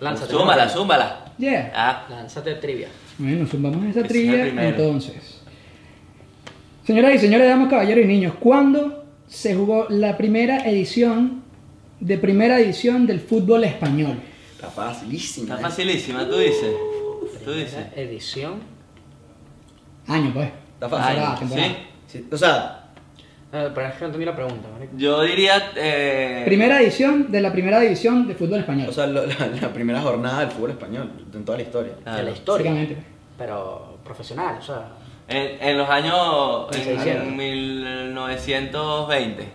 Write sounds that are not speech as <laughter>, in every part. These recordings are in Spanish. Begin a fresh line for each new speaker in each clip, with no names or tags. Lánzate.
Zúmbala, zúmbala.
Yeah.
Ah,
Lánzate trivia.
Bueno, zumbamos
Ese
esa
es el
trivia
primero.
entonces. Señoras y señores, damas, caballeros y niños, ¿cuándo se jugó la primera edición de primera edición del fútbol español?
Está facilísima.
está
eh.
facilísima, tú dices. Tú dices.
Edición.
Año, pues.
Está fácil.
Temporada,
Ay,
temporada.
sí.
Sí, O sea,
Ah, pero es que no entendí la pregunta, marico.
Yo diría. Eh,
Primera edición de la primera edición del fútbol español.
o sea lo- la, la primera jornada del fútbol español en toda la historia.
Ah,
de la
no.
historia.
Básicamente.
Pero profesional, o sea.
En, en los años. En
1600.
1920.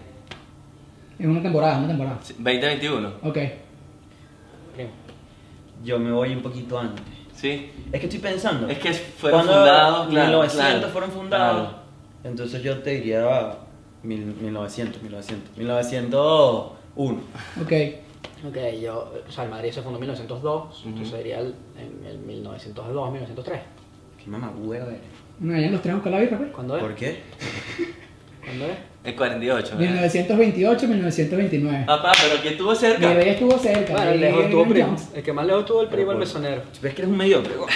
Es una temporada, una temporada.
2021.
Ok.
primo.
Yo me voy un poquito antes.
Sí.
Es que estoy pensando.
Es que fueron
¿Cuándo
fundados, claro.
1900
claro.
fueron fundados.
Claro.
Entonces yo te diría mil- 1900, 1900, 1901.
Ok.
Ok, yo, o sea, el Madrid se fundó en 1902, entonces sería el, en el 1902, 1903.
Qué mamá hueva eres.
Bueno, ya los tres buscar la birra, pues.
¿Cuándo es?
¿Por qué?
¿Cuándo es?
El 48. ¿verdad?
1928, 1929.
Papá, pero que estuvo cerca.
Mi bebé estuvo cerca.
Bueno,
mi bebé
lejos tuvo
no
primo.
alcanzó.
El que más lejos tuvo el primo, el
Por-
mesonero.
¿Ves que eres un mediocre? güey?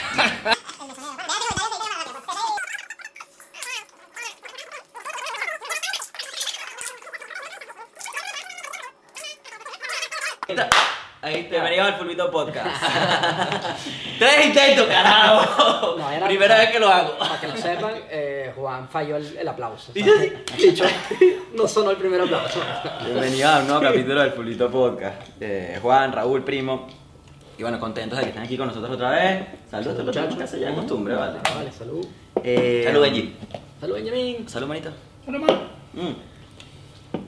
Ahí te
Bienvenidos al Fulvito <laughs> Podcast.
Tres intentos,
<laughs>
carajo.
No, era-
Primera vez que lo hago.
Para que lo sepan, eh, Juan falló el, el aplauso.
Y yo sí.
<laughs> Chicho, no sonó el primer aplauso. <laughs>
Bienvenidos a un nuevo capítulo del Fulvito Podcast. Eh, Juan, Raúl, primo. Y bueno, contentos de que estén aquí con nosotros otra vez. Saludos,
Saludos,
muchachos.
muchachos.
Casi ya es costumbre, vale.
Ah, Vale, salud.
Eh,
Salud, Benji.
Salud, Benjamín.
Salud, manito.
Bueno, ma.
Mm.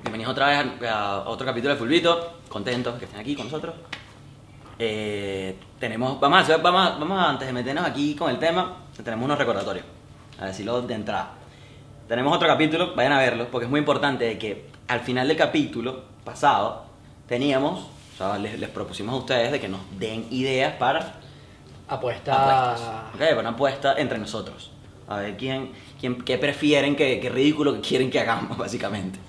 Bienvenidos otra vez a, a otro capítulo de Fulvito. Contentos que estén aquí con nosotros. Eh, tenemos, vamos a, hacer- vamos, a- vamos a- antes de meternos aquí con el tema, tenemos unos recordatorios. A decirlo de entrada. Tenemos otro capítulo, vayan a verlo, porque es muy importante de que al final del capítulo pasado teníamos, o sea, les, les propusimos a ustedes de que nos den ideas para
Apuesta.
apuestas. Ah. Ok, una apuesta entre nosotros. A ver quién, quién qué prefieren, qué, qué ridículo que quieren que hagamos, <laughs> básicamente.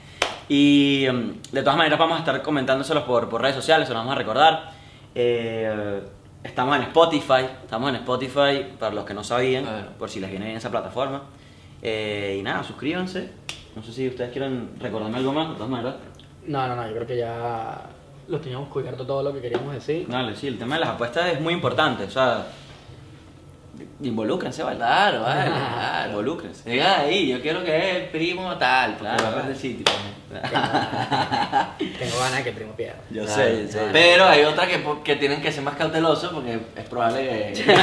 Y mm, de todas maneras vamos a estar comentándoselos por, por redes sociales, se los vamos a recordar. Eh, estamos en Spotify, estamos en Spotify para los que no sabían,
Claro.
por si les viene bien esa plataforma. Eh, y nada, suscríbanse. No sé si ustedes quieren recordarme algo más, de todas maneras.
No, no, no, yo creo que ya lo teníamos cubierto todo lo que queríamos decir.
<laughs> Dale, sí, el tema de las apuestas es muy importante, o sea, involúcrense, ¿vale?
Claro,
<laughs>
vale,
Ah.
claro.
Involúcrense.
Llega ahí, yo quiero que el primo tal, claro.
Claro, claro.
del sitio.
Tengo ganas de que el primo pierda.
Yo
Claro,
sé, yo
claro.
sé.
Pero hay otras que, po- que tienen que ser más cautelosos porque es probable
<laughs>
que. <laughs>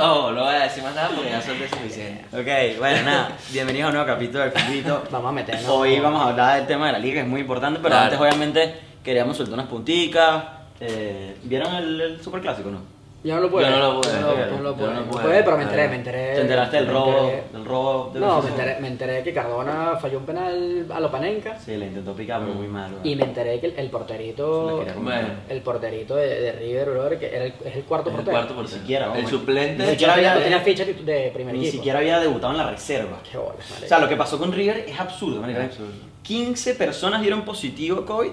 Oh, no, no voy a decir más nada porque ya son de suficiente.
Ok, bueno, nada, bienvenidos a un nuevo capítulo del Fulvito.
<laughs> Vamos a meternos.
Hoy vamos a hablar del tema de la liga, que es muy importante, pero
Claro.
antes obviamente queríamos soltar unas punticas. Eh, ¿Vieron el, el superclásico, no?
Yo no lo puedo.
Yo no lo puedo,
Yo
yo
no
no
lo puedo.
puedo.
No puedo, pero me enteré,
Claro.
me enteré.
¿Te enteraste del
Me
robo,
enteré.
del robo del
No, me
Fusión?
enteré, me enteré que Cardona falló un penal a Lopanenka.
Sí, le intentó picar, pero muy mal.
Y
güey.
me enteré que el, el
Se la
porterito.
quería comer.
Bueno,
El porterito de, de River, brother, que era el, es el cuarto
el
portero.
cuarto portero.
siquiera, vamos.
el suplente.
Ni siquiera
Yo la
tenía,
vi-
no tenía ficha de, de primer
Ni
equipo.
siquiera había debutado en la reserva.
Qué bola,
O sea, lo que pasó con River es absurdo, marico.
Es absurdo.
15 personas dieron positivo
<laughs>
a COVID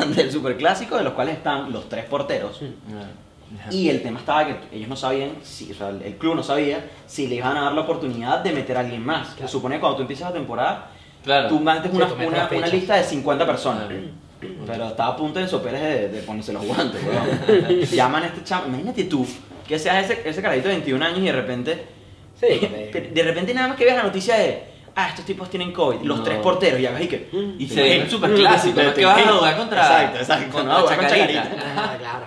ante el superclásico, de los cuales están los tres porteros.
Mm.
Y el tema estaba que ellos no sabían, si, o sea, el club no sabía si le iban a dar la oportunidad de meter a alguien más. Se supone que cuando tú empiezas la temporada,
Claro.
tú mandas
Sí,
una,
tú metes
una-
las
una
fichas.
lista de 50 personas.
Claro.
Pero estaba a punto de sopeles de, de ponerse los guantes, weón. Llaman a este chamo. Imagínate tú, que seas ese, ese carajito de 21 años y de repente.
Sí,
<laughs> que de repente nada más que veas la noticia de. Ah, estos tipos tienen COVID. Los
No.
tres porteros, ya ves y que.
Y
te
se ve
imaginas-
el superclásico,
te
¿no? Que vas a
imaginas-
jugar contra.
Exacto, exacto.
contra
no, vas con
Chacarita.
Chacarita.
Ah, claro.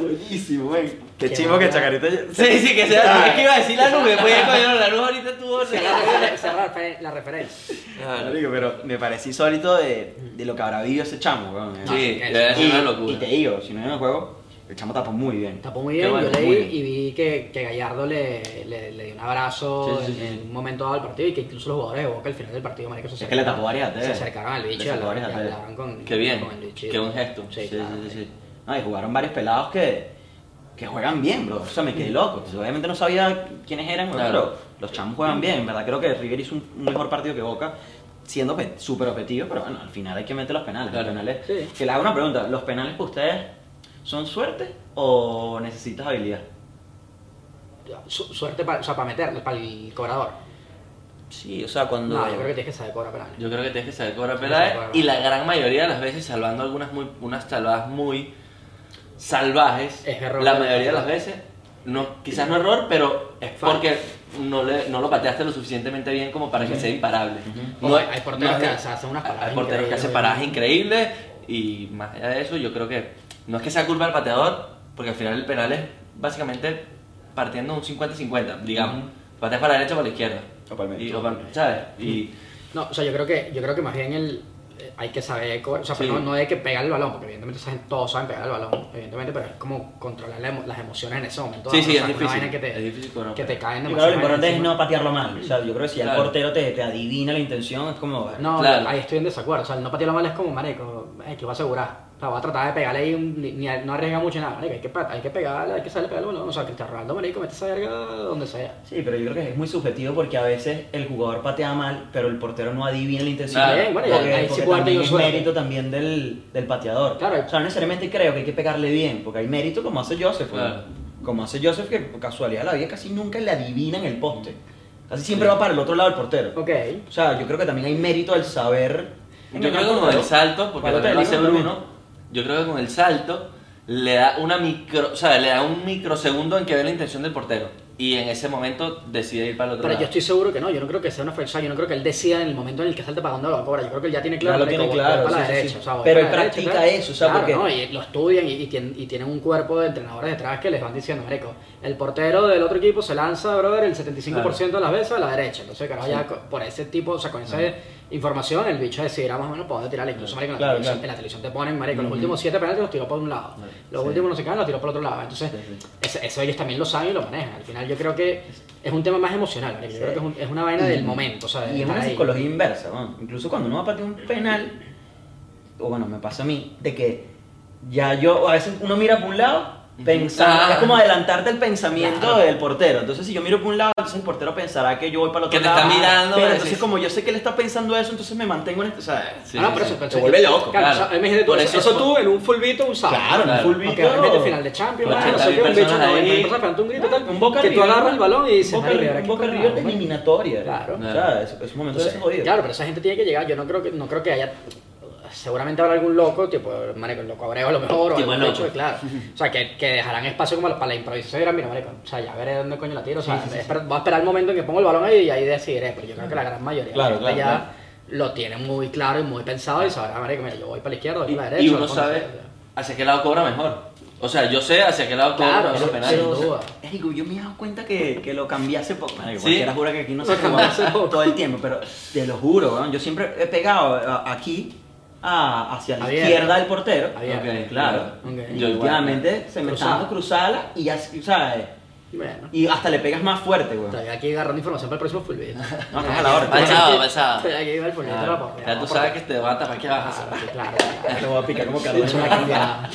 Buenísimo, güey. Qué,
Qué
chingo que
bacán.
Chacarita.
Sí, sí, que
Ah.
sea. Es que iba a decir la nube, pues coño, la nube ahorita tuvo.
Esa es la refer- esa es la refer- la referencia.
Claro.
Marico, pero me parece insólito de, de lo que habrá vivido ese chamo, weón.
Sí,
No,
debe ser
y,
una locura.
y te digo, si no hay un juego, el chamo tapó muy bien.
Tapó muy
Qué
bien,
bueno,
yo
muy
leí
bien.
y vi que, que Gallardo le, le, le dio un abrazo
Sí, sí,
en,
sí.
en un momento dado del partido y que incluso los jugadores de Boca al final del partido, marico, se
Es que le tapó varias
Se
eh.
veces.
acercaron al bicho
Le
y
sacó
hablaron-
varias
y
veces.
hablaron con,
Qué bien,
con el bicho.
qué buen gesto.
Sí,
Sí,
claro,
sí, sí, sí. No, y jugaron varios pelados que, que juegan bien, bro. O sea, me quedé loco. Pues, Obviamente no sabía quiénes eran, weón,
Claro.
pero los chamos juegan bien. En verdad creo que River hizo un, un mejor partido que Boca. siendo pe- súper objetivo, pero bueno, al final hay que meter los penales.
Claro.
Los penales.
Sí.
Que le hago una pregunta, ¿los penales para ustedes son suerte o necesitas habilidad?
Su- suerte para, o sea, para meter, para el cobrador.
Sí, o sea, cuando...
No, yo creo que tienes que saber cobrar penales.
Yo creo que tienes que saber cobrar
Sí,
penales
sí, cobrar.
y la gran mayoría de las veces, salvando algunas muy, unas salvadas muy salvajes,
Es error.
la mayoría de las veces, no, quizás no error, pero es
Falta.
porque no, le, no lo pateaste lo suficientemente bien como para que sea imparable.
Ojo, hay- hay porteros que hacen unas paradas
Hay porteros que
increíbles,
hacen
obviamente.
paradas increíbles y más allá de eso, yo creo que no es que sea culpa del pateador, porque al final el penal es básicamente partiendo un 50-50, digamos. Pateas para la derecha o para la izquierda.
O para el medio.
Y- o para- ¿Sabes? Y,
No, o sea, yo creo que, yo creo que más bien el, eh, hay que saber cobrar. O sea, pero
Sí.
no, no hay que pegar el balón, porque evidentemente esa gente- todos saben pegar el balón, evidentemente, pero es como controlar la emo- las emociones en ese momento.
Sí,
¿no?
sí,
O sea,
es
una
difícil,
vaina que te,
es difícil cobrar
que te caen
Yo creo que
demasiado
lo importante es
encima.
no patearlo mal. O sea, yo creo que si ya
Claro.
el portero te, te adivina la intención, es como... bueno,
No,
Claro.
ahí estoy en desacuerdo. O sea, el no patearlo mal es como, marico, hay que lo va a asegurar. O sea, va a tratar de pegarle ahí, un- ni- ni- no arriesga mucho nada, marico. Hay que, pat- hay que pegarle, hay que saber pegarle el balón. O sea, Cristiano Ronaldo, marico, mete esa verga donde sea.
Sí, pero yo creo que es muy subjetivo porque a veces el jugador patea mal, pero el portero no adivina la intención.
Claro.
porque,
Bien, bueno, ya-
ahí sí
porque
puede haber
también
tenido
es
suerte.
mérito también del, del pateador.
Claro.
O sea, no necesariamente creo que hay que pegarle bien, porque hay mérito como hace Joseph. ¿no?
Claro.
Como hace Joseph, que por casualidad de la vida casi nunca le adivinan el poste. Casi siempre va para el otro lado el portero.
Ok.
O sea, yo creo que también hay mérito al saber...
Yo creo que con el salto, porque
Cuando te
también lo hace
eligen
Bruno, yo creo que con el salto le da una micro, o sea, le da un microsegundo en que ve la intención del portero y en ese momento decide ir para el otro
Pero yo
lado.
estoy seguro que no, yo no creo que sea una ofensa, yo no creo que él decida en el momento en el que salte para dónde lo va a cobrar, yo creo que él ya tiene claro,
Ya lo
marico,
tiene
voy- voy
claro,
para la
sí, sí,
derecha,
sí.
o sea, voy
Pero
para
él
la derecha,
practica
¿sabes?
eso, o sea,
Claro,
porque-
no, y lo estudian y, y tienen, y tienen un cuerpo de entrenadores detrás que les van diciendo, marico, el portero del otro equipo se lanza, brother, el 75% de las veces a la derecha, entonces carajo, ya co- por ese tipo, o sea, con esa información, el bicho decidirá más o menos para dónde tirarle, incluso, marico, en, la
Claro,
televisión,
claro.
en la televisión te ponen, marico, los últimos siete penales los tiró por un lado, los
sí.
últimos no sé qué, los tiró por otro lado, entonces,
Sí, sí.
ese- eso ellos también lo saben y lo manejan, al final yo creo que es un tema más emocional, marico, yo creo que es, un- es una vaina del momento, o sea, de
Mm. Y es
estar
una
ahí.
psicología inversa, ¿no? incluso cuando uno va a patear un penal, o bueno, me pasa a mí, de que ya yo, a veces uno mira por un lado, pensando,
Ah.
es como adelantarte el pensamiento
Claro.
del portero. Entonces, si yo miro por un lado, entonces el portero pensará que yo voy para el
Que
otro
te
lado.
está mirando, eh,
Pero
sí.
entonces, como yo sé que él está pensando eso, entonces me mantengo en este. O sea,
Sí,
Ah, no,
sí,
pero
sí.
eso
Te vuelve loco,
Claro,
claro.
o sea, imagínate tú,
Por
eso,
eso-
eso tú en un full beat, un sábado.
claro,
Claro.
un full
Porque
video.
obviamente final de Champions,
Ochenta
no sé
mil
qué, un bicho
personas ahí.
90 personas esperando un grito tal,
un boca
que tú
River,
agarras el balón y dices,
un boca,
"Ay,
River,
verga,
un
qué
boca
coño,
River de
hombre".
eliminatoria.
Claro.
O sea, es, es un momento de
Entonces,
ese jodido.
claro, pero esa gente tiene que llegar, yo no creo que, no creo que haya, seguramente habrá algún loco, tipo, marico, el loco Abreu a lo mejor, o
Tipo
algún
loco.
bicho, claro, o sea, que, que dejarán espacio como para la improvisación, dirán, mira, marico, o sea, ya veré dónde coño la tiro, o sea, espera- voy a esperar el momento en que pongo el balón ahí y ahí decidiré, pero yo creo que la gran mayoría
Claro,
de la gente
claro,
ya
claro.
lo tiene muy claro y muy pensado y sabrá, marico, mira, yo voy para la izquierda, voy
Y,
para la
y
derecha.
uno
voy para
sabe
donde sea.
hacia qué lado cobra mejor. O sea, yo sé hacia qué lado
Claro,
cobra los
eso-
penales.
eso-
O sea, Eric, yo me he dado cuenta que, que lo cambié hace poco. Madre,
¿Sí?
Cualquiera jura que aquí no se
Lo cambié hace
jugaba
poco.
todo el tiempo, pero te lo juro, weón, yo siempre he pegado eh, a- aquí a- hacia la
Abierto.
izquierda del portero.
Abierto.
Ok, Claro.
Ok.
Y
Yo igual.
últimamente se me está
Cruzada.
dando cruzada y así, o sea, eh,
Bueno,
y hasta le pegas más fuerte, weón.
estoy aquí agarrando información para el próximo full video.
No, estás a la orden.
Al sábado, al sábado.
Estoy aquí va el full video, te lo
Claro.
aporte,
Ah, Ya
vamos
tú
a
sabes que
aportar.
te vas para qué vas a
Ah,
hacer.
Claro,
Te voy a picar como
claro. Es una
Carlos.
cambiada.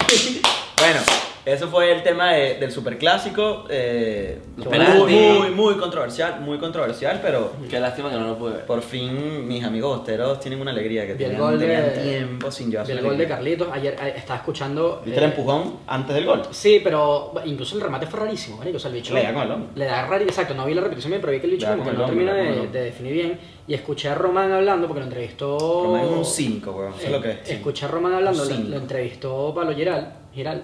Bueno, eso fue el tema de- del superclásico. eh,
Los
muy,
penaltis.
muy, muy controversial, muy controversial, pero
Qué lástima que no lo pude ver.
por fin mis amigos bosteros tienen una alegría que
Vi el
tienen,
gol de-
tenían tiempo sin llevarse
Vi el
una
gol de
alegría.
Carlitos, ayer eh, estaba escuchando.
¿Viste el
eh,
empujón antes del gol?
Sí, pero incluso el remate fue rarísimo, marico. O sea, el bicho.
Le da con el hombro.
Le da raro, exacto. No vi la repetición bien, pero vi que el bicho
Le da
como que
con el
no
hombro,
termina
le da con el
de,
hombro.
de definir bien. Y escuché a Román hablando, porque lo entrevistó. eh,
Román
Oh.
es un 5, weón. Eso es lo que es.
Escuché a Román hablando,
Un
lo,
cinco.
lo entrevistó Pablo Gerald. Gerald.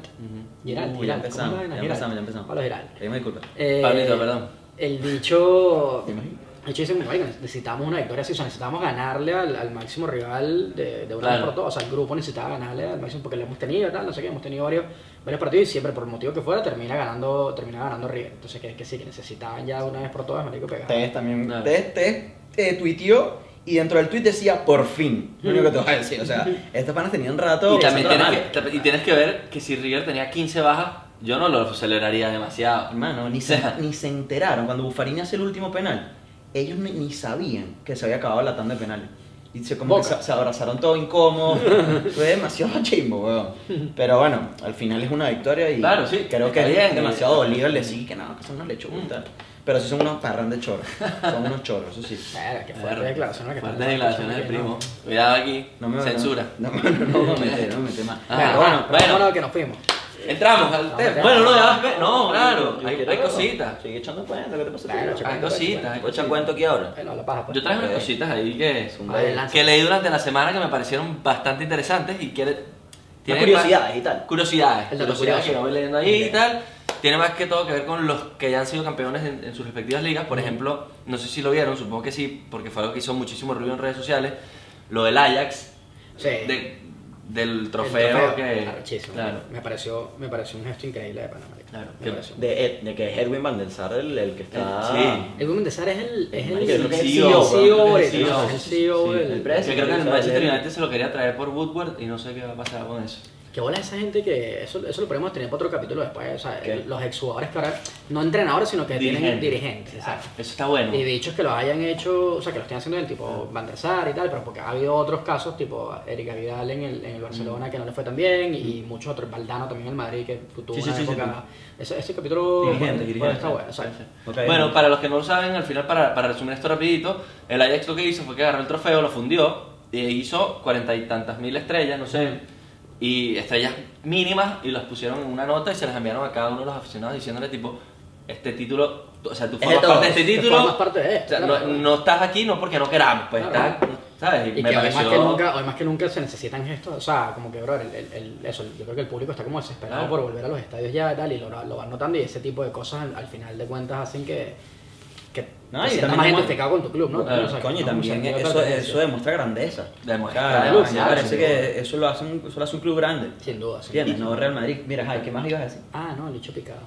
Gerald,
Uy, ya
Gerald. ¿cómo
empezamos,
es la vaina?
ya
Gerald.
empezamos, ya empezamos.
Pablo Gerald.
Pedimos disculpas.
Eh,
Pablito, perdón.
El bicho.
¿Te imaginas?
El bicho dice, "Marico, necesitamos una victoria así, o sea, necesitamos ganarle al, al máximo rival de, de una vez
Claro.
por todas. O sea, el grupo necesitaba ganarle al máximo porque lo hemos tenido, tal, no sé qué, hemos tenido varios, varios partidos y siempre, por el motivo que fuera, termina ganando, termina ganando River. Entonces, que, que sí, que necesitaban ya de una vez por todas, marico, pegar.
Tevez también.
Claro.
Tevez, Tevez, eh, tuiteó y dentro del tuit decía por fin. Lo único que te voy a decir.
<laughs>
O sea, estos panas tenían rato.
Y también
pensando
tienes
mal.
que, y tienes que ver que si River tenía 15 bajas, yo no lo celebraría demasiado.
Hermano, ni
O
se,
sea,
ni se enteraron. Cuando Buffarini hace el último penal, ellos ni, ni sabían que se había acabado la tanda de penales. Y se, como que
Boca.
se, se abrazaron
<laughs>
todo incómodo. Fue demasiado chimbo, weón. Pero bueno, al final es una victoria y
Claro, sí,
creo que
está
es
bien, eh.
demasiado
y-
dolido el decir que no, que son unas lechugas. Pero sí son unos parrán de choros. Son unos choros, eso sí.
Verga, qué fuerte
Fuerte
declaración la que
Fuertes
está-
declaraciones del
que no.
primo. Cuidado aquí.
No me
Censura.
No, no, no, no, me meter, no me meter más.
Bueno,
Ah,
Pero bueno,
bueno,
bueno.
bueno, que nos fuimos.
Entramos al tema. Bueno, no, ya vas a ver. No, claro.
Yo
Hay,
quiero-
hay cositas.
Sigue echando cuenta, ¿qué te pasa?
Claro,
Hay
Bueno,
cositas. hay
Voy a echar
cositas.
cuento aquí ahora.
Bueno, la paja. pues.
Yo traje unas cositas ahí que,
Zumba ahí, lanza.
que leí durante la semana que me parecieron bastante interesantes y que
Tiene
tienen
curiosidades y tal.
más- curiosidades,
El dato
curiosidades
curioso.
que voy leyendo ahí
Ok.
y tal. Tiene más que todo que ver con los que ya han sido campeones en, en sus respectivas ligas. Por ejemplo, no sé si lo vieron, supongo que sí, porque fue algo que hizo muchísimo ruido en redes sociales. Lo del Ajax,
Sí.
de- del
El
trofeo, que.
arrechísimo.
Claro.
Me pareció, me pareció un gesto increíble de Panamá.
Claro,
Me
que-
pareció.
De, Ed- de que es Edwin Van der Sar el, el que está.
Eh, Sí.
El Women de Sar es el. Es el,
Marico, yo creo que es el
CEO,
CEO,
CEO,
weón.
ahorita,
Sí,
¿no?
sí,
El CEO
sí,
del-
el
Yo
presidente.
creo que el
Sí,
Manchester
sí.
United se lo quería traer por Woodward y no sé qué va a pasar con eso.
Que bola esa gente que. Eso, eso lo podemos tener para otro capítulo después. O sea,
¿Qué?
los exjugadores que ahora. No entrenadores, sino que tienen
Dirigentes.
dirigentes. exacto.
Eso está bueno.
Y dichos que lo hayan hecho, o sea, que lo estén haciendo en tipo Van der Sar y tal, pero porque ha habido otros casos, tipo Erika Vidal en el, en el Barcelona que no le fue tan bien, y muchos otros, Valdano también en el Madrid que tu- tuvo
Sí, sí,
una
sí, sí,
época. Ese, ese capítulo
Dirigente,
bueno,
dirigente.
está bueno, exacto.
Ok.
Bueno, para los que no lo saben, al final, para, para resumir esto rapidito, el Ajax lo que hizo fue que agarró el trofeo, lo fundió, e hizo cuarenta y tantas mil estrellas, no sé, y estrellas mínimas, y las pusieron en una nota y se las enviaron a cada uno de los aficionados diciéndole, tipo, este título, o sea, tú
de
formas
todos,
parte de este
que formas
título,
parte de esto,
o sea, no,
claro.
no estás aquí no porque no queramos, pues
Claro.
estás, ¿sabes?
Y que hoy más que, nunca, hoy más que nunca se necesitan gestos, o sea, como que, bro, el, el- el- eso, yo creo que el público está como desesperado
Claro.
por volver a los estadios ya y tal, y lo, lo van notando, y ese tipo de cosas al, al final de cuentas hacen que, que
No,
te
y
sientas
también
más
es-
identificado con tu club, ¿no?
Claro,
O sea, que no
Coño, y
es un
también
sentido de
eso,
pertenencia.
eso demuestra grandeza.
Demuestra
Claro,
grandeza,
a mí me parece
sí.
que eso lo hace un, eso lo hace un club grande.
Sin duda, sin
¿Entiendes?
duda.
No Real Madrid. Mira, Jai, ¿qué más ibas a decir?
Ah, no, el hecho picado.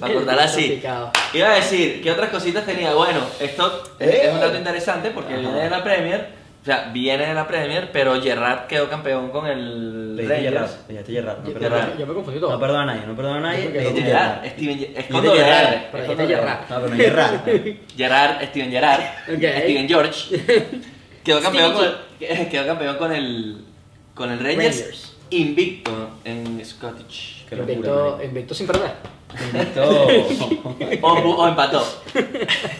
Para cortar así.
Picado.
Iba a decir, ¿qué otras cositas tenía? Bueno, esto es,
¡Eh!
es un dato interesante porque
Ajá.
viene de la Premier, o sea, viene de la Premier, pero Gerrard quedó campeón con el
Le dijiste Gerrard.
Rangers.
Le dijiste Gerrard. No
Yo,
perdona
Gerrard.
yo- yo me confundí todo.
no perdono a nadie. No perdona a nadie.
Yo
Le
creo que
dijiste
Gerrard,
Gerrard.
Steven Gerrard, es
Le
con
dijiste
doble
Gerrard,
R,
pero
es
dijiste
con doble
Gerrard.
R.
No, pero no Gerrard.
<laughs>
Gerrard, Steven Gerrard,
Ok.
Steven George,
<laughs>
quedó campeón, con, <laughs> quedó campeón con el, con el Rangers,
Rangers.
invicto en Scottish.
Qué locura,
Invicto, invicto sin perder.
marico.
<laughs>
Invicto.
O, o empató.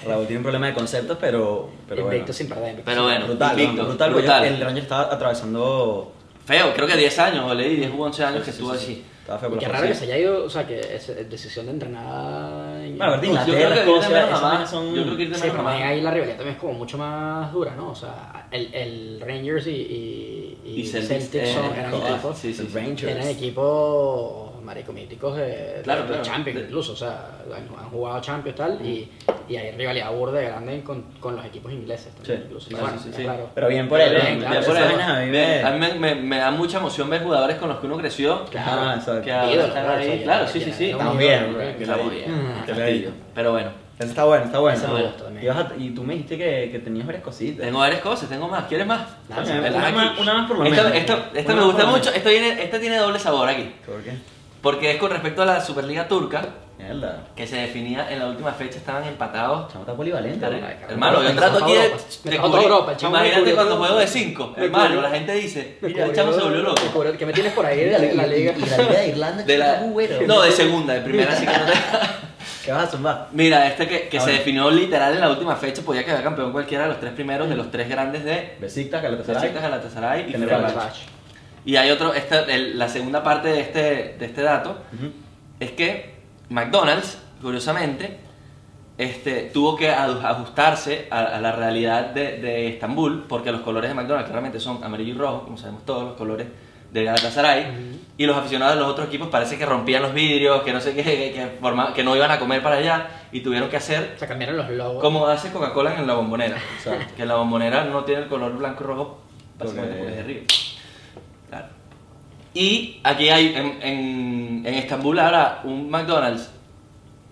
Raúl tiene un problema de conceptos, pero, pero
invicto
bueno.
sin perder. invicto
Pero
sin
bueno.
Brutal,
invicto,
¿no? brutal, porque
brutal.
El Rangers estaba atravesando...
Feo, creo que 10 años, o leí 10 u 11 años que estuvo
Sí,
así.
sí, sí. Estaba
perder.
feo por
Y Qué
la
raro que
fuerza.
se haya ido, o sea, que es es decisión de entrenar. en-
Bueno, a ver, de
Yo creo
Inglaterra,
que irte
Escocia,
menos
esas
a
vainas
más.
son...
Yo creo que irte
Sí,
menos a
pero
más.
ahí la rivalidad también es como mucho más dura, ¿no? O sea, el, el Rangers y, y, y
Y Celtics,
Celtics son,
eh,
eran
co-
equipos,
sí, sí,
The
sí.
Rangers.
eran equipos maricomíticos de,
Claro,
de
claro.
Champions
De-
incluso, o sea, han, han jugado Champions tal, y, y hay rivalidad burda de grande con, con los equipos ingleses también,
Sí,
incluso.
sí,
Pero
sí,
bueno,
sí,
es
sí.
claro.
Pero bien por él,
Bien,
bien,
claro,
bien por
esas
él.
eso.
A mí me-
Bien, A mí me, me- me da mucha emoción ver jugadores con los que uno creció.
Claro.
Ah, exacto.
Que ahora
Ídolo,
están
claro,
ahí.
o sea,
Claro,
ya-
sí,
ya
sí,
era
sí.
lo
Estamos
mío,
bien,
bro,
bro.
que
Estamos
lo-
bien.
Ah,
que lo-
Castillo. Pero bueno,
Ese está bueno, está bueno.
Ese
está
me
bueno.
gusta también.
Y, vas a- y tú me dijiste que, que tenías varias cositas.
tengo varias cosas, tengo más. ¿Quieres más?
Claro,
Dame,
sí,
dame
una
aquí.
más- una más por lo
Esta-
menos.
Esta, esta
Una
me
más
gusta
por lo
mucho.
menos.
Esta, viene, esta tiene doble sabor aquí.
¿Por qué?
Porque es con respecto a la Superliga Turca,
Mierda.
que se definía en la última fecha, estaban empatados.
Chamo está polivalente.
Claro,
bro.
Hermano, yo
Me
trato
trajo
aquí de,
Europa. Me
de
trajo
cubrir.
Europa, el chavo me
Imagínate
cubrió
cuando
todo.
juego de 5,
Me
hermano,
cubrió.
la gente dice,
Me
mira, el
cubrió-
chamo se volvió loco.
me cubrió- ¿Qué me tienes por ahí de
Mira,
la,
y- y-
liga?
y la liga de Irlanda,
De la-
chico, güero.
no, de segunda, de primera, así que no te...
<laughs>
¿Qué vas a zumbar?
Mira, este que, que
A
se
ver.
definió literal en la última fecha, podía quedar campeón cualquiera de los tres primeros, de los tres grandes de
Besiktas, Galatasaray.
Besiktas, Galatasaray y
Fenerbahce.
Fenerbahce. Y hay otro, esta- el- la segunda parte de este, de este dato,
Ujú.
es que McDonald's, curiosamente, este, tuvo que adu- ajustarse a, a la realidad de, de Estambul, porque los colores de McDonald's claramente son amarillo y rojo, como sabemos todos, los colores de Galatasaray, y los aficionados de los otros equipos parece que rompían los vidrios, que no sé qué, que, que forma- que no iban a comer para allá, y tuvieron que hacer
O sea, cambiaron los logos.
como hace Coca-Cola en la bombonera.
<laughs>
Exacto.
Que la bombonera no tiene el color blanco-rojo, básicamente
Porque-
porque es de río. Claro. Y aquí hay, en, en, en Estambul habrá un McDonald's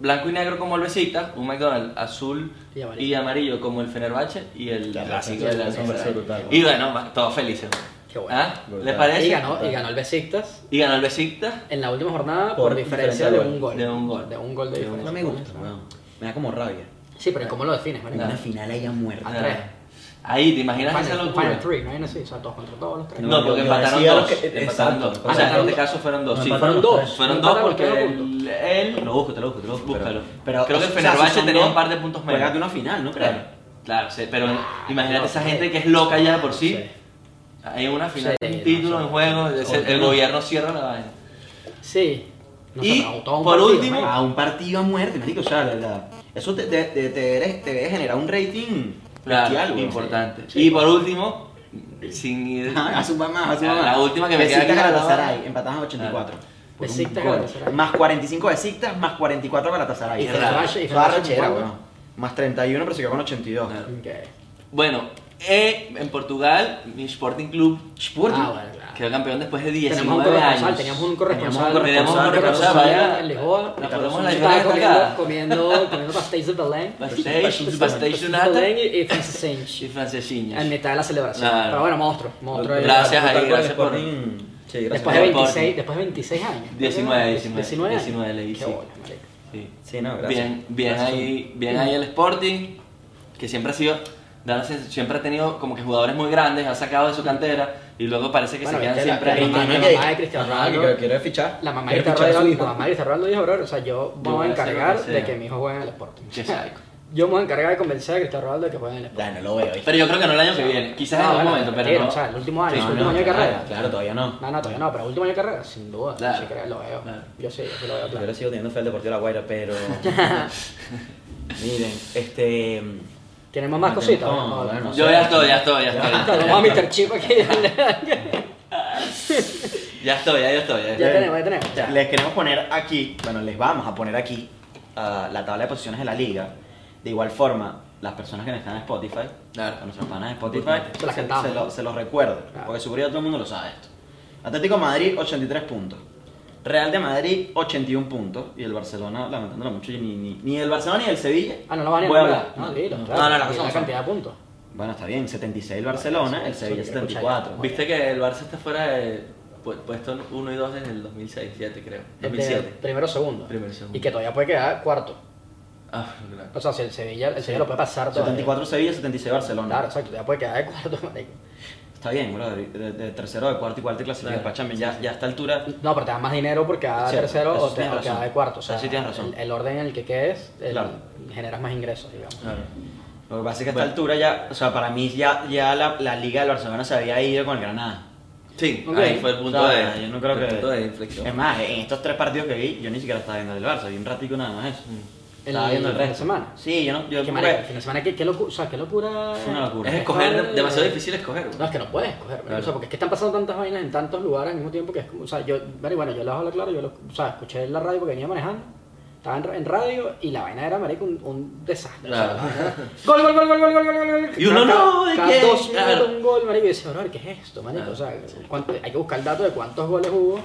blanco y negro como el Besiktas, un McDonald's azul
Y
y
amarillo.
amarillo, como el Fenerbahce y el
Claro,
clásico
sí,
de la
eso me parece brutal.
Y bueno, ma- todos felices.
Qué bueno.
¿Ah?
Brutal.
¿Les parece?
Y ganó, y ganó el Besiktas
Y ganó el Besiktas.
en la última jornada
Por
por, diferencia de un gol.
de un gol.
De un gol de
De un
diferencia.
No me gusta, weón. Me da como rabia.
Sí, pero ¿cómo lo defines,
En una
marico?
final ella muerta.
Ah. tres.
Yo Ahí, ¿te imaginas
Final,
esa
Final
locura?
Three, no hay así, o sea, todos contra todos los tres.
No, porque
yo
empataron
decía
dos.
lo que-
empataron
exacto.
dos.
Ah,
O sea, en
empataron
este caso fueron dos.
No,
Sí,
empataron
fueron dos.
tres.
Fueron dos
Empataron
porque
los tres
él. él-
Lo busco, te lo busco, te lo busco.
Búscalo.
Pero,
Creo que
o sea,
Fenerbahce
si son
tenía
dos,
un par de puntos menos.
juégate una final, ¿no
Claro,
crees?
claro, sí, pero imagínate
no,
esa
sí.
gente que es loca ya de por sí.
Sí.
Hay una final,
Sí,
un
no,
título
sí.
en juego, ese- el
no.
gobierno cierra la vaina.
Sí. No
Y,
sé, pero todo un
por
partido,
último,
¿no?
A un partido a muerte, marico, o sea, la- la- eso te, te, te, te debe- te debe generar un rating bestial,
Claro,
güey.
importante.
Sí.
Y por último, sin
<laughs>
ir.
Ajá, Haz un par más, haz un par
La
más.
última que me queda
Besiktas
acá grabada.
Galatasaray, empatadas a 84. Por un
Besiktas
gol.
Galatasaray.
Más 45 Besiktas, más 44 Galatasaray.
Y
Es
Fenerbahce,
raro.
y Fenerbahce
Toda rechera,
jugando.
weón. Más 31, pero se quedó con 82.
Claro.
Ok.
Bueno, eh, en Portugal, mi Sporting Club
Sporting.
Ah, bueno, claro.
quedó campeón después de
Teníamos un
19
corresponsal,
años.
teníamos un
Teníamos
corresponsal.
un
Teníamos un
corresponsal,
corresponsal,
corresponsal en
vaya.
Lisboa.
La ponemos en la
Estaba
historia
comiendo,
destacada.
comiendo, comiendo pastéis de Belén.
<laughs> Pastéis, pastéis de nata
Belén y, y Francis
y
Sainz.
francesinhas.
En mitad de la celebración.
Claro.
Pero bueno, monstruo. monstruo ahí.
Gracias ahí,
Total,
gracias por.
Sporting, sí, gracias
Después de
por-
Sporting.
26, después de 26 años.
19, 19,
19.
19, leí,
Qué
sí.
bola, marico.
Sí.
Sí, no, gracias.
Bien, bien
Gracias.
ahí, bien ahí el Sporting, que siempre ha sido, da la sensación- siempre ha tenido como que jugadores muy grandes, ha sacado de su cantera y luego parece que
Bueno,
se
es
quedan
que la-
siempre
la
ahí.
mamá-
Cristiano
la
que-
mamá de Cristiano
Ajá,
Ronaldo.
Ah, que quiere fichar.
La mamá de
Quiere
Cristiano
fichar a su
Ronaldo-
hijo.
la mamá de Cristiano Ronaldo dijo, bro, o sea, yo me
Yo
voy a
voy a hacer lo que
encargar de
sea".
que mi hijo juegue en el Sporting.
Qué sádico.
Yo me voy a encargar de convencer a Cristiano Ronaldo de que juegue en el Sporting.
Ya, no lo veo.
Pero yo creo que no el año que viene, quizás en algún
Ah, bueno,
momento, pero
mentira,
no.
O sea, el último año, ah,
Sí,
su
no,
último
no,
año de
claro,
carrera.
Claro, todavía no.
No, no, todavía no, pero último año de carrera, sin duda.
Claro.
Sí, creo, lo veo.
Claro.
Yo sí, yo sí lo veo.
Yo
Claro.
le sigo teniendo fe al Deportivo La Guaira,
<laughs>
pero... Miren, este...
¿Tenemos más
No,
cositas?
no,
Vamos a ver.
bueno.
Yo ya estoy, ya estoy, ya estoy. ya
<laughs>
estoy,
Vamos a Mr. Chip aquí.
Ya estoy, ya estoy. ya estoy.
Ya tenemos, ya tenemos. Ya.
Les queremos poner aquí, bueno, les vamos a poner aquí ah, la tabla de posiciones de la liga. De igual forma, las personas que nos están en Spotify,
Claro.
a nuestros panas de Spotify,
Se las cantamos.
lo- se los recuerdo,
Claro.
porque seguro ya todo el mundo lo sabe esto. Atlético de Madrid, 83 puntos. Real de Madrid, 81 puntos. Y el Barcelona, lamentándolo mucho, y ni, ni, ni el Barcelona ni el Sevilla.
Ah, no, no van a
voy a
nombrar.
hablar.
No, dilo,
No, no,
claro.
las
Y
cosas
La
son-
cantidad de puntos.
Bueno, está bien, 76 el Barcelona, el
sí,
Sevilla
sí,
74.
escucha
Viste que el Barça está fuera de pu- puesto 1 y 2 desde el 2007, creo.
Desde
2007.
Este, Primero, segundo.
Primero, segundo.
Y que todavía puede quedar cuarto.
Ah, claro.
O sea, si el Sevilla, el Sevilla lo puede pasar todavía.
74 Sevilla, 76 Barcelona.
Claro, exacto, ya puede quedar de cuarto, marico.
Está bien, bro, de, de- de tercero, de cuarto y cuarto y clasificas
Claro.
para Champions. Ya, ya a esta altura,
No, pero te dan más dinero por cada
Cierto,
tercero
eso
o, te,
tienes
o
razón.
cada de cuarto. O sea,
Eso sí tienes razón.
El, el orden en el que quedes, el-
Claro.
generas más ingresos, digamos.
Claro.
lo que pasa es que a esta
Bueno.
altura ya, o sea, para mí ya, ya la, la Liga del Barcelona se había ido con el Granada.
Sí,
Ok.
ahí fue el punto
O sea,
de.
yo no creo
el
que...
punto de inflexión.
Es más, en estos tres partidos que vi, yo ni siquiera estaba viendo el Barça, vi un ratico nada más eso.
Mm.
El-
Estaba viendo
el fin
el
de
resto.
semana.
Sí, yo no... Yo
Qué
porque-
marico, el fin de semana, qué, qué locu- o sea, qué locura.
Fue pues, una locura.
Es escoger,
Esto es-
demasiado difícil escoger.
No, es que no puedes escoger, marico.
Claro.
o sea, porque es que están pasando tantas vainas en tantos lugares al mismo tiempo que es como, o sea, yo, bueno, y bueno, yo les hablo claro, yo lo, o sea, escuché en la radio porque venía manejando, estaba en, ra- en radio y la vaina era, marico, un, un desastre. o sea,
Claro.
la vaina era, gol, gol, gol, gol, gol, gol, gol, gol, gol.
Y uno,
Cada-
no, ¿de
Cada
quién?
dos minutos
Claro.
un gol, marico, y dice, bro, ¿qué es esto, marico?
Claro.
O sea, cuánto- hay que buscar el dato de cuántos goles hubo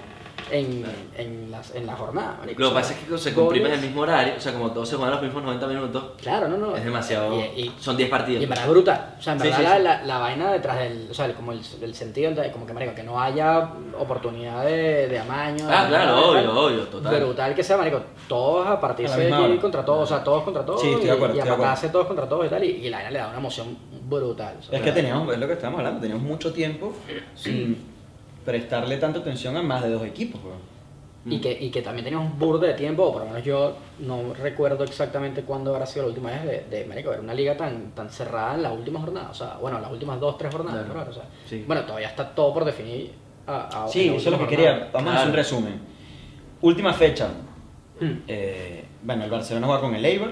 en, en, las, en la jornada, marico.
Lo
O
que
sea,
pasa es que se comprimen
goles-
el mismo horario, o sea, como todos se juegan los mismos 90 minutos,
Claro, no, no.
es demasiado.
Y- y-
son 10 partidos.
Y en verdad es brutal. O sea, en
Sí,
verdad
sí,
la,
sí.
La, la vaina detrás del. O sea, el- como el, el sentido, de- como que marico, que no haya oportunidad de, de amaño.
Ah,
de-
claro,
de-
obvio,
tal.
obvio, total.
Brutal que sea, marico. Todos a
A
partirse
la
de
misma
aquí
hora.
contra todos, o sea, todos contra todos.
Sí, estoy de acuerdo,
Y, y a
estoy de acuerdo.
matarse todos contra todos y tal. Y, y la vaina le da una emoción brutal. o sea.
Es que teníamos, es lo que estábamos hablando, teníamos mucho tiempo sin prestarle tanta atención a más de dos equipos, weón. Mm.
Y que, y que también teníamos un burde de tiempo, o por lo menos yo no recuerdo exactamente cuándo habrá sido la última vez de, de marico, ver una liga tan, tan cerrada en la última jornada, o sea, bueno, las últimas dos, tres jornadas,
Claro.
claro, o sea,
Sí.
bueno, todavía está todo por definir. A, a-
Sí,
en la
eso es lo que
última
quería.
jornada.
Vamos a hacer un
Claro.
resumen. Última fecha.
Mm.
Eh, bueno, el Barcelona juega con el Eibar.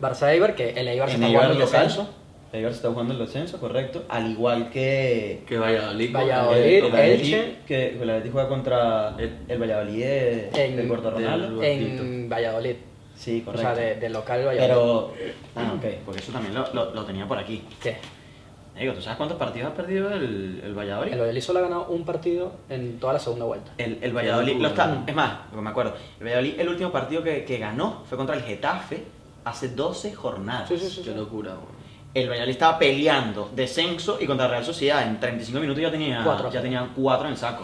Barça Eibar, que el Eibar se
En
está
Eibar
jugando el
local.
descenso.
El Eibar se está jugando el descenso, correcto. Al igual que.
Que Valladolid.
Valladolid,
el Atleti,
Elche.
Que el Atleti juega contra
El-
el Valladolid de,
En-
de Puerto
del-
Ronaldo.
En Valladolid,
Sí,
o sea,
correcto.
de, de local Valladolid.
Pero. Ah, ok, porque eso también lo, lo- lo tenía por aquí.
¿Qué?
Digo, ¿tú sabes cuántos partidos ha perdido el, el Valladolid?
El Valladolid solo ha ganado un partido en toda la segunda vuelta.
El, el Valladolid, lo está, es más, lo que me acuerdo, el Valladolid, el último partido que, que ganó fue contra el Getafe hace 12 jornadas.
Sí, sí, sí.
Qué locura, bro.
El Valladolid estaba peleando descenso y contra Real Sociedad en 35 minutos ya tenía
Cuatro.
ya tenía cuatro en el saco.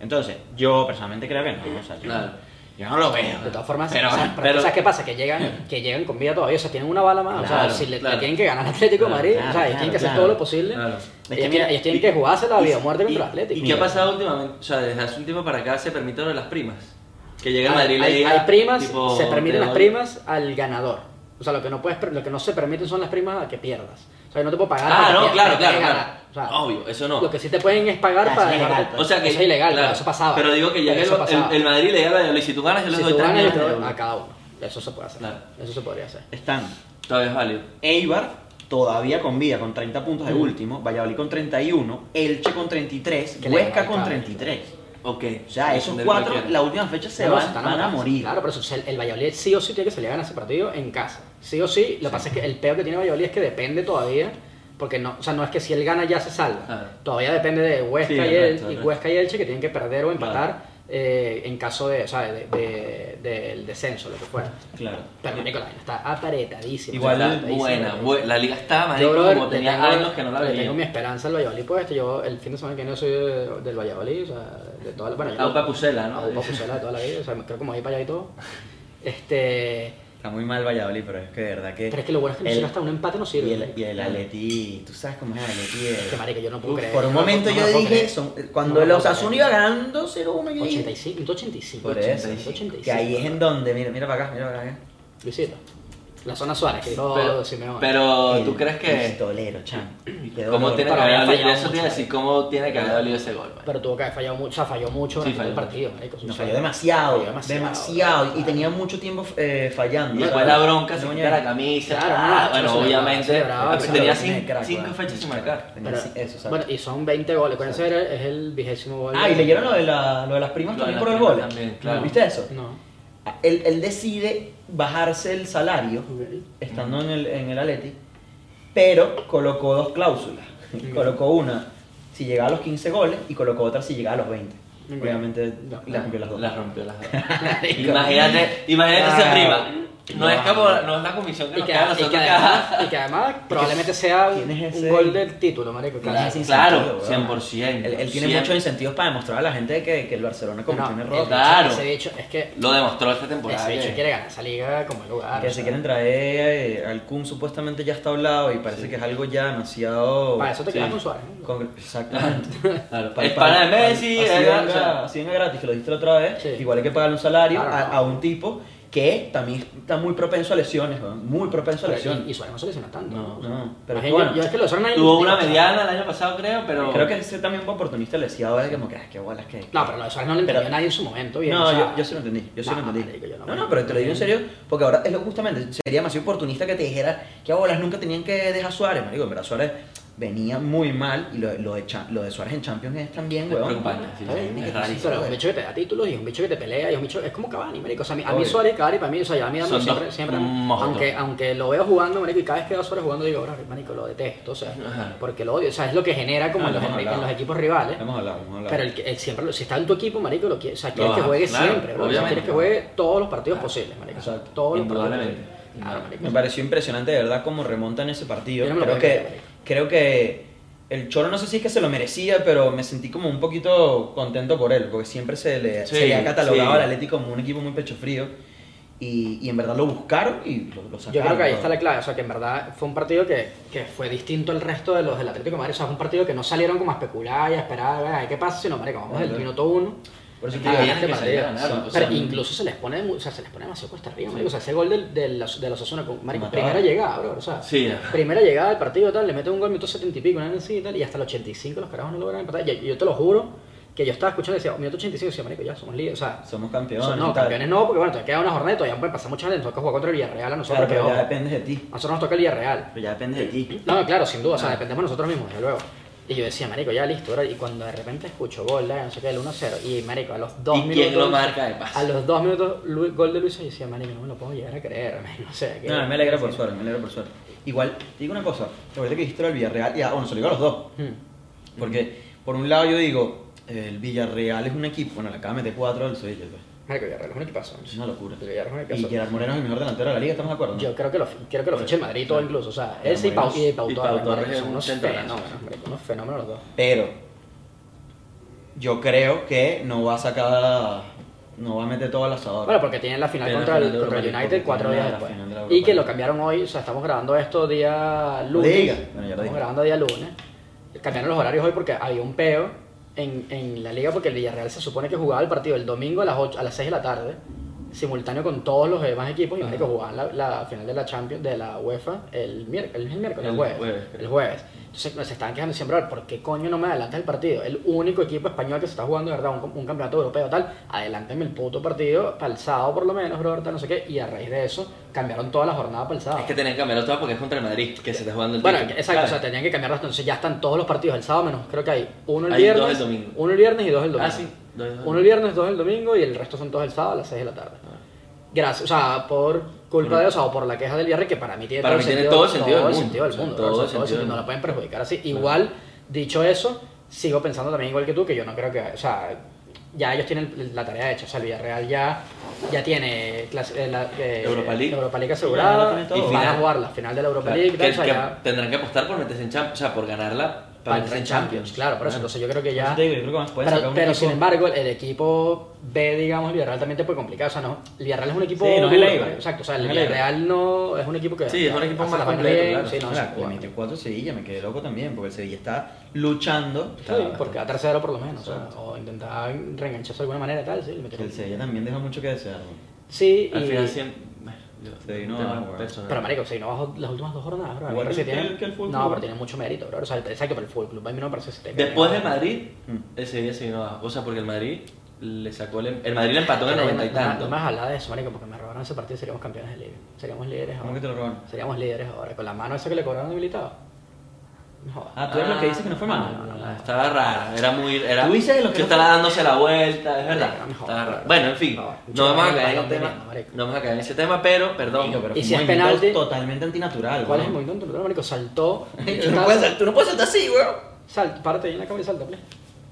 Entonces, yo personalmente creo que no, o sea, yo-
Claro.
yo, Yo no lo veo.
De todas formas,
Pero-
o sea, pero
pero-
¿sabes qué pasa? Que llegan, que llegan con vida todavía, o sea, tienen una bala más. o
Claro,
sea, si le, le
claro.
tienen que ganar al Atlético de
Claro,
Madrid,
claro,
o sea, ellos
claro,
tienen que hacer
claro.
todo lo posible.
Claro.
que
Ellos,
mira,
ellos tienen
y-
que jugarse la
y-
vida o muerte contra
y-
el Atlético.
¿Y qué ha pasado últimamente? O sea, desde hace un tiempo para acá se permite lo de las primas. Que llega a
Hay-
Madrid y le
hay,
diga,
hay primas,
tipo,
se permiten
te
las
doy-
primas al ganador. O sea, lo que no puedes, per- lo que no se permiten son las primas a que pierdas. O sea, yo no te puedo pagar.
Ah,
para
no,
que-
claro,
para que
claro,
ganar.
claro. Obvio, eso no.
Lo que sí te pueden es pagar
Ah,
para
eso es
dejarte-
ilegal.
O sea que
eso es ilegal,
claro,
pero eso pasaba.
Pero digo que llega
Pero eso
el,
pasaba.
el, el Madrid y le diga a la y si tú ganas, yo les
si
doy
tú
3
ganas,
millones
yo
de
te doy
euros.
a cada uno. Eso se puede hacer.
Claro.
Eso se podría hacer.
Están
Todavía es válido.
Eibar todavía con vida, con 30 puntos de último, Valladolid con 31, Elche con 33,
Que le
Huesca
gana,
con
claro.
33.
Ok.
O sea, esos
Entender
cuatro,
cualquiera.
la última fecha se
No,
van,
están
van a
amarrados.
morir.
Claro, pero eso, o sea, el, el Valladolid sí o sí tiene que salir a ganar ese partido en casa. Sí o sí, lo que pasa es que el peor que tiene Valladolid es que depende todavía, porque no, o sea, no es que si él gana ya se salva.
Claro.
Todavía depende de Huesca,
Sí,
y,
del
el-
resto, del
y
resto.
Huesca y Elche que tienen que perder o empatar
Claro.
eh, en caso de, o sea, de- de- del descenso, lo que fuera.
Claro.
Pero Nicolás está apretadísimo.
Igual
apretadísimo,
buena,
apretadísimo.
buena. La liga está, marico,
Yo, brother,
como
le
tenía
tengo-
años que no la
le
veía.
Tengo mi esperanza al Valladolid, pues este, yo el fin de semana que viene yo soy de- del Valladolid, o sea, de toda la... Bueno, yo-
Aupa Pucela, ¿no?
Aupa Pucela de toda la vida, o sea, creo que me voy para allá y todo. Este...
Está muy mal Valladolid, pero es que de verdad que.
Pero es que lo bueno es que no
el-
sirve hasta un empate no sirve.
Y el, y el Atleti, tú sabes cómo es el Atleti.
Es
eh.
que marica, yo no puedo
Uf,
creer.
Por un
No,
momento
no
yo
lo puedo
dije
creer.
eso.
No lo
Cuando los
puedo
Osasuna
creer.
iba ganando 0-1, yo dije.
85, 185.
Por eso.
185.
Que ahí es en donde, mira, mira para acá, mira para acá.
Luisito. La zona Suárez, que todo
Pero,
Simeone.
pero,
El
tú crees que.
Pistolero,
<clears throat>
chan. Qué
¿Cómo
dolor.
tiene que
Para mí
haber
ha
dolido?
fallado
Eso te iba a
mucho.
decir, ¿cómo tiene que haber dolido ese gol? man?
Pero tuvo que haber fallado mucho, o sea, falló mucho
Sí,
en el
falló.
partido, marico.
Nos
O sea,
falló demasiado,
falló
demasiado, Y
claro.
tenía mucho tiempo eh, fallando.
Y después
¿sabes?
la bronca, se
No,
quita
ya.
la camisa.
Claro,
ah,
no,
bueno,
se le- se
obviamente.
le brava,
pero
se
Tenía
le-
cin-
crack,
cinco
weón.
fechas sin marcar.
Tenía
Pero-
sí- eso, ¿sabes?
Bueno, y son 20 goles. Con ese era- es el vigésimo gol.
Ah, y leyeron lo de, la, lo de las primas
Lo de
también
las
por
primas
el gol.
también, claro.
¿Viste eso?
No.
Él, él decide bajarse el salario estando en el, en el Atleti, pero colocó dos cláusulas.
Ok.
Colocó una si llegaba a los 15 goles y colocó otra si llegaba a los 20.
Ok.
Obviamente
No.
las rompió las dos.
Las rompió las
<laughs>
dos. imagínate, imagínate esa
Claro.
prima. No es, como, no es la comisión que
Y
nos
que,
queda a
y, que
nosotros acá.
además, y que
<laughs>
además probablemente sea un,
¿Quién es
un
ese?
gol del título, marico.
Tiene
casi.
ese
claro,
incentivo,
100%,
Él, él tiene
100.
muchos incentivos para demostrar a la gente que, que el Barcelona cometió un
No,
error.
el-
Claro.
Ese bicho, es que
Lo demostró esta temporada.
ese bicho
que-
quiere ganar esa liga como lugar.
Que
o
se
sea.
quieren traer eh, al Kun supuestamente ya está hablado y parece
Sí.
que es algo ya demasiado...
Para eso te quedas
Sí.
con Suárez. ¿no?
Con- Exactamente.
<laughs>
Claro.
Pa-
Es
pa-
pana de
pa-
Messi,
así,
eh,
es
venga,
o sea,
así venga gratis, que lo dijiste la otra vez,
Sí.
igual hay que pagarle un salario
Claro,
a,
no.
a un tipo que también está muy propenso a lesiones, weón, muy propenso a
Pero-
lesiones.
Y, Ah, y Suárez no se lesiona tanto.
No,
no, pero
Imagínate,
bueno.
yo, yo es que lo de Suárez nadie lo
Tuvo
critica,
una
o sea,
mediana el año pasado, creo, pero.
Creo que ese también fue oportunista lesiado, es como que, ah, qué bolas que...
No, pero lo de Suárez no lo entendió nadie en su momento. Bien,
No,
o sea,
yo, yo sí lo entendí, yo sí
no,
lo entendí.
marico, yo no
no,
me-
no, pero te lo digo en serio, porque ahora es lo justamente, sería demasiado oportunista que te dijera que a bolas nunca tenían que dejar a Suárez, marico, en verdad Suárez venía muy mal y lo, lo de, Cha- lo de Suárez en Champions es también,
Es
weón.
preocupante, sí,
Está bien,
sí,
marico,
es
pero
rarísimo.
es un bicho que te da títulos y es un bicho que te pelea y es un bicho es como Cavani, marico. O sea, a mí, a mí
Obvio.
Suárez y Cavani para mí, o sea, ya a mí
Son
ambos
dos
siempre, siempre
mojotos.
aunque, aunque lo veo jugando, marico, y cada vez que veo a Suárez jugando digo, "Bro, marico, lo detesto, o sea,
Ajá.
porque lo odio, o sea, es lo que genera como
Ah,
en, los,
hemos
en
hablado.
los equipos rivales.
Hemos hablado, hemos hablado.
Pero el, que- el siempre, lo- si está en tu equipo, marico, lo quiere, o sea,
Lo
quieres que
baja,
juegue
claro,
siempre, bro. O sea, quieres
obviamente.
que juegue todos los partidos posibles, marico. O sea, todos los partidos
Indudablemente.
posibles. Claro, marico.
Me pareció impresionante, de verdad, cómo remontan ese partido.
Yo no me lo
Creo
puedo
que,
creer,
creo que el Cholo, no sé si es que se lo merecía, pero me sentí como un poquito contento por él, porque siempre se le,
Sí,
se le ha catalogado
sí.
al Atlético como un equipo muy pecho frío. Y, y en verdad lo buscaron y lo, lo sacaron.
Yo creo que ahí
¿no?
está la clave, o sea que en verdad fue un partido que, que fue distinto al resto de los del Atlético de Madrid, o sea, fue un partido que no salieron como a especular y a esperar, "Ay, ¿qué pasa? Sino, marico, vamos del
Claro.
minuto uno.
Por eso te
Ah,
digo,
bien,
tienen que salir a ganar.
Pero
o sea,
Pero incluso se les pone, mu- o sea, se les pone demasiado cuesta arriba, marico.
Sí.
o sea, ese gol del, del, de los Osasuna, con- marico,
Mataba.
primera llegada, bro, o sea,
Sí,
primera llegada del partido, tal, le meten un gol, minuto 70 y pico, una vaina así y tal, y hasta el 85 los carajos no logran empatar, yo, yo te lo juro, que yo estaba escuchando y decía, minuto 85, y decía, marico, ya somos líderes, o sea,
Somos
o
campeones.
sea,
y
no,
tal.
campeones no, porque bueno, todavía queda una jornada y todavía pueden pasar muchas veces, nos toca jugar contra el Villarreal a
Claro,
nosotros,
pero
porque,
ya
ojo,
depende de ti.
a nosotros nos toca el Villarreal.
Pero ya depende de ti.
No, claro, sin duda, o sea,
Ah.
dependemos nosotros mismos, desde luego. Y yo decía, marico, ya listo, bro. Y cuando de repente escucho gol, ¿eh? no sé qué, el 1-0, y marico, a los dos
¿Y
minutos...
quién lo marca de paso?
A los dos minutos, Lu- gol de Luis, yo decía, marico, no me lo puedo llegar a creer, <laughs> man, no sé. qué-
No, me alegra por suerte, me alegra por suerte. Igual, te digo una cosa, ahorita que dijiste lo del Villarreal, ya, bueno, se lo digo a los dos.
Hmm.
Porque, por un lado, yo digo, el Villarreal es un equipo. Bueno, le acaba de meter 4 al Sevilla. pues.
Marico, Villarreal es un equipazo.
Es una locura.
Villarreal es un
Y
equipazo.
Gerard Moreno es el mejor delantero de la liga, ¿estamos de acuerdo? no?
Yo creo que lo, creo que lo ficha el Madrid todo incluso, o sea,
Pero
ese y Pau,
Morelos-
y
y
Pau
Pau
Torres,
Torres
marico,
es
son
un
unos
centrocazo.
fenómenos, marico, unos fenómenos los dos.
Pero, yo creo que no va a sacar no va a meter todo al asador.
Bueno, porque tienen la final
Tienen
contra
la
el,
final de
contra el
Europa League,
United
porque
cuatro días
tienen la
después.
final de la Europa
Y que lo
League.
cambiaron hoy, o sea, estamos grabando esto día lunes.
Diga. Bueno, ya lo
estamos
dije.
grabando día lunes. Cambiaron los horarios hoy porque había un peo en, en la liga porque el Villarreal se supone que jugaba el partido el domingo a las, ocho- a las 6 de la tarde, simultáneo con todos los demás equipos y que jugaban la, la final de la Champions, de la UEFA, el, miérc- el, el miércoles, el
El
jueves.
jueves, creo.
el jueves. Entonces nos estaban quejando siempre, "A ver, ¿por qué coño no me adelantas el partido? El único equipo español que se está jugando, de verdad, un, un campeonato europeo tal, adelántame el puto partido, para el sábado por lo menos, bro, tal, no sé qué, y a raíz de eso cambiaron toda la jornada para el sábado.
Es que tenían que cambiarlo todo porque es contra el Madrid, que se está jugando el
Bueno,
título.
exacto, o sea,
¿Sabes?
tenían que cambiarlas, entonces ya están todos los partidos el sábado menos, creo que hay uno el
Hay dos
viernes,
el domingo.
uno el viernes y dos el domingo.
Ah, sí, dos el domingo. Ah.
Uno el viernes, dos el domingo y el resto son todos el sábado a las 6 de la tarde. Gracias, o sea, por culpa de, o sea, o por la queja del IR que para mí tiene,
Para mí tiene todo el sentido del mundo,
sentido del
o sea,
mundo,
todo
o sea,
el
todo el
sentido del
sentido, no la
mundo.
pueden perjudicar así. Igual, dicho eso, sigo pensando también igual que tú que yo no creo que, o sea, ya ellos tienen la tarea hecha, o sea, el Villarreal ya ya tiene clase- eh, la, eh,
Europa League.
Europa League
Ya lo
asegurada
tiene todo.
y
Y
van a
final.
jugar la final de la Europa
Claro,
League, tal,
que-
o sea,
que
ya-
tendrán que apostar por meterse en Champions, o sea, por ganarla
para
para
entrar
meterse
en Champions, claro, por eso. Entonces yo creo que ya.
Por eso te digo, yo creo que más pueden sacar
Pero,
un
pero
equipo-
sin embargo, el, el equipo B, digamos, el Villarreal también te puede complicar. O sea, no, el Villarreal es un equipo.
Sí, no es
duro,
el Eibar.
Exacto, o sea, el
No es el Eibar.
Villarreal no es un equipo que.
Sí, es un equipo
hace
más
las vainas
completo,
bien,
claro.
Sí, no,
Ahora,
sí,
le metió cuatro Sevilla, me quedé loco también, porque el Sevilla está luchando.
Sí, porque a tercero por lo menos. O, sea, o intentar reengancharse de alguna manera y tal, sí. le metieron.
El Sevilla también deja mucho que desear. ¿no?
Sí,
Al
y-
final siempre... bueno, yo-
Sí, no,
tema
no, bueno.
personal.
Pero marico, si no bajo las últimas dos jornadas, bro. a mí me
Igual
parece
que el-
tienen-
que el Fútbol
No,
Club.
pero tiene mucho mérito, bro. O sea, exacto, pero el Fútbol Club a mí no me parece que se tenga-
Después del Madrid,
Mm.
el Sevilla se vino abajo. O sea, porque el Madrid le sacó el... em- El Madrid le empató en el
Mira, yo
noventa y
no- no-
tanto.
No me vas a hablar de eso, marico, porque me robaron ese partido y seríamos campeones de liga. Seríamos líderes ahora.
¿Cómo que te lo robaron?
Seríamos líderes ahora. Con la mano esa que le cobraron habilitado. No jodas.
Ah, tú eres lo que dices que no fue mano.
No, no, no.
Ah, Estaba rara, era muy. Era,
Tú dices lo que
yo
no
estaba
fue.
dándose la vuelta, es verdad.
Venga, mejor,
estaba rara.
mejor.
Bueno, en fin,
Mejor.
no vamos a
Mucho
caer en
mejor,
el tema.
mejor, marico.
No vamos a caer en ese tema, pero, perdón.
Marico, pero
¿Y
fue
si
un
es
movimiento
penalti?
Totalmente antinatural.
¿Cuál es el
weón.
movimiento natural, marico? Saltó.
Tú <laughs> no puedes- Tú no puedes saltar así, weón.
Salta, párate ahí en la cámara y salta, pues. please.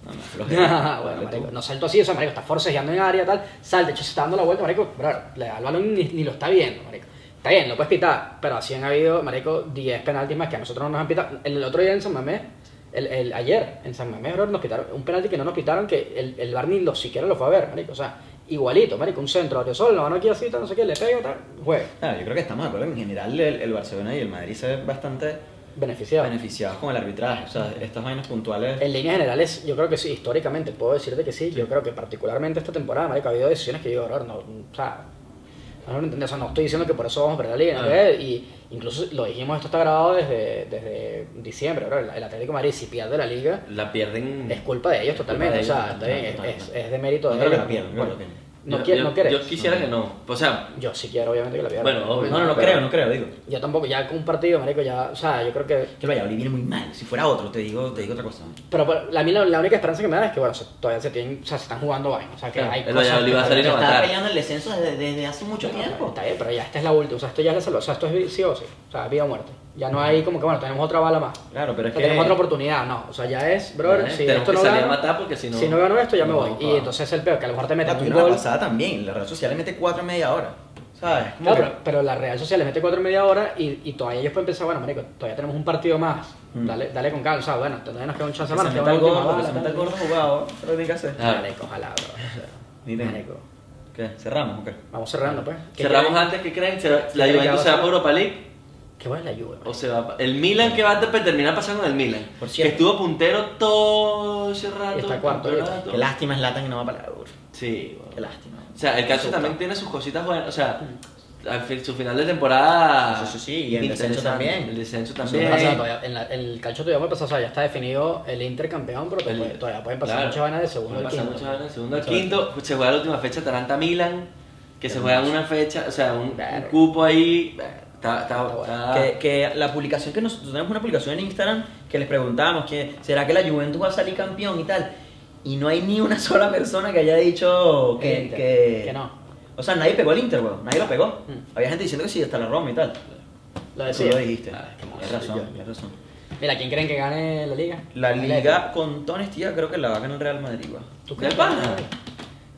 No, no, <laughs> flojera.
bueno,
Dale tú.
marico, no salto así, o sea, marico, está forcejeando en área, tal, salta, de hecho se está dando la vuelta, marico, bro, le da el balón ni, ni lo está viendo, marico. Está bien, lo puedes pitar, pero así han habido, marico, 10 penaltis más que a nosotros no nos han pitado. El, el otro día en San Mamés, el, el- ayer en San Mamés, bro, nos pitaron un penalti que no nos pitaron, que el, el bar ni lo siquiera lo fue a ver, marico, o sea, igualito, marico, un centro, aerosol, lo van aquí así, tal, no sé qué, le pega, tal, juega,
Claro, Ah, yo creo que estamos de acuerdo en general el, el Barcelona y el Madrid se ven bastante
beneficiado.
beneficiados con el arbitraje. O sea, estas vainas puntuales.
En líneas generales, yo creo que sí, históricamente puedo decirte que sí. Yo creo que particularmente esta temporada, marico, ha habido decisiones que yo, bro, no, o sea, no lo entiendo. O sea, no estoy diciendo que por eso vamos a perder la liga, ¿no?
Ah.
Y incluso lo dijimos, esto está grabado desde, desde diciembre, bro. El, el Atlético de Madrid, si pierde la liga,
La
Mm.
pierden.
es culpa de ellos
culpa
totalmente.
de
o
ellos,
sea, está bien, es,
total,
es- es de mérito
No
de
creo que
ellos.
la pierdan, creo que la pierdan.
no,
Yo-
quiere-
yo-
no quieres.
Yo quisiera que no. O sea,
Yo sí quiero, obviamente, que la pierdan.
Bueno, obvio.
No, no, no
Pero
creo, no creo, digo.
Yo tampoco, ya con un partido, marico, ya, o sea, yo creo que
Que el Valladolid viene muy mal. Si fuera otro, te digo, te digo otra cosa.
Pero, pero, la, a mí la, la única esperanza que me da es que bueno, se- todavía se, tienen, o sea, se están jugando vainas. O sea, que
Claro,
hay
el Valladolid va a salir
que-
a
está-
matar.
el descenso desde, desde hace mucho
Está bien, pero ya esta es la última. O sea, esto ya es la salvación. O sea, esto es vi- sí o sí. O sea, vida o muerte. Ya no hay como que, bueno, tenemos otra bala más.
Claro, pero es
No
que-
tenemos otra oportunidad, no. O sea, ya es, brother,
¿eh?
si
tenemos
esto
que
no
salir
gano,
a matar porque si no.
si no gano esto, ya me
no
voy.
vamos
Y
para
entonces es el peor, que a lo mejor te meten
La
un
tuvieron la
gol.
pasada también. La red social le mete cuatro en media hora. ¿Sabes? Como
Claro,
que-
pero, pero la Real Sociedad les mete cuatro y media hora y, y todavía ellos pueden pensar, bueno, marico, todavía tenemos un partido más.
Mm.
Dale, dale con calma. O sea, bueno, todavía nos queda un chance
que
más.
se
nos queda
meta el
una última
gordo, que
bala,
se meta el
tal.
gordo jugado. Pero tiene que hacer.
Ah. Claro.
Marico, ojalá, bro. O sea,
<laughs> Ni tengo.
marico.
¿Qué? ¿Cerramos o qué?
Vamos cerrando, pues.
atrás.
¿Qué
Cerramos
creen?
antes, ¿qué creen? ¿Se- ¿La
creen que va a
Juventus se va
pasar?
por Europa League?
Qué buena es la Juve.
O se va. pa- El Milan que va a te- terminar pasando con el Milan.
Por
que
cierto.
estuvo puntero todo ese rato.
Y está
el
cuarto ahorita.
campeonato.
Qué lástima es Latan y no va para la Euro.
Sí, bueno.
Qué lástima.
O sea, el caso también tiene sus cositas buenas. O sea, al fin- su final de temporada.
Sí, sí, sí, y el
interesante.
descenso también.
El descenso
O sea,
también.
todavía- en la- el calcho todavía puede pasar, o sea, ya está definido el intercampeón, pero te
El-
puede- todavía pueden pasar
claro.
muchas vainas de segundo
Pueden
al
pasar
quinto.
muchas vainas de segundo al quinto. Se juega la última fecha Atalanta-Milan. Que se juega en una fecha, o sea, un, un
Claro.
cupo ahí. Está, está,
bueno.
está-
Que, que la publicación que nosotros tenemos una publicación en Instagram que les preguntamos que será que la Juventus va a salir campeón y tal. Y no hay ni una <laughs> sola persona que haya dicho
El
que,
Inter,
que,
que no.
O sea, nadie pegó al Inter, weón. Nadie lo pegó.
Mm.
Había gente diciendo que sí, hasta la Roma y tal.
Lo
Tú
decía.
lo dijiste.
Ah, qué
Tienes
mal soy
razón,
yo.
tienes razón.
Mira, ¿quién creen que gane la liga?
La
El
liga,
Atlético.
con toda honestidad, creo que la va a ganar el Real Madrid, weón.
¿Tú
¿De
crees?
pana?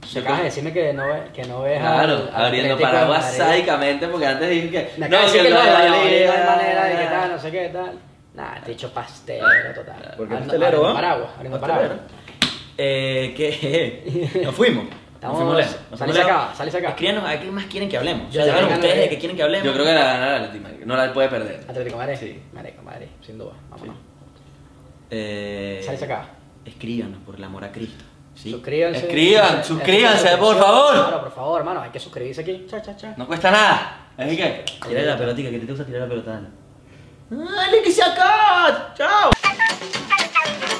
Se acabas de decirme que no, ve- que no ves
Claro,
al- al
abriendo
Atlético de
paraguas
Madrid.
sádicamente, porque antes dije que.
Me acabas de decir que
el
no,
Valladolid-
Valladolid, no hay manera de que tal, no sé qué tal. Nah, te he dicho pastelero total. Ah, Abriendo-
Porque pastelero,
abriendo
¿va?
paraguas, abriendo
Pastelero.
paraguas. <laughs>
Eh, que nos fuimos.
Estamos-
fuimos lejos, nos
salís
fuimos
acá,
lejos.
salís acá.
Escríbanos a qué más quieren que hablemos. O
Ya
sea, díganos
llegaron,
ustedes
eh.
de qué quieren que hablemos.
Yo creo que la gana el Atlético, marico. no la puede perder.
Atlético de Madrid.
Sí.
Marico, Madrid, sin duda. Vámonos.
Eh,
Salís acá.
Escríbanos por el amor a Cristo. ¿sí?
Suscríbanse.
Escriban,
Eh,
suscríbanse,
eh,
por favor.
Claro, por favor, hermano, hay que suscribirse aquí. Cha, cha, cha.
No cuesta nada. Así que.
Tira la pelotita, que te gusta tirar la pelota. Dale. ¡Dale, que se acá! ¡Chao!
Thank you.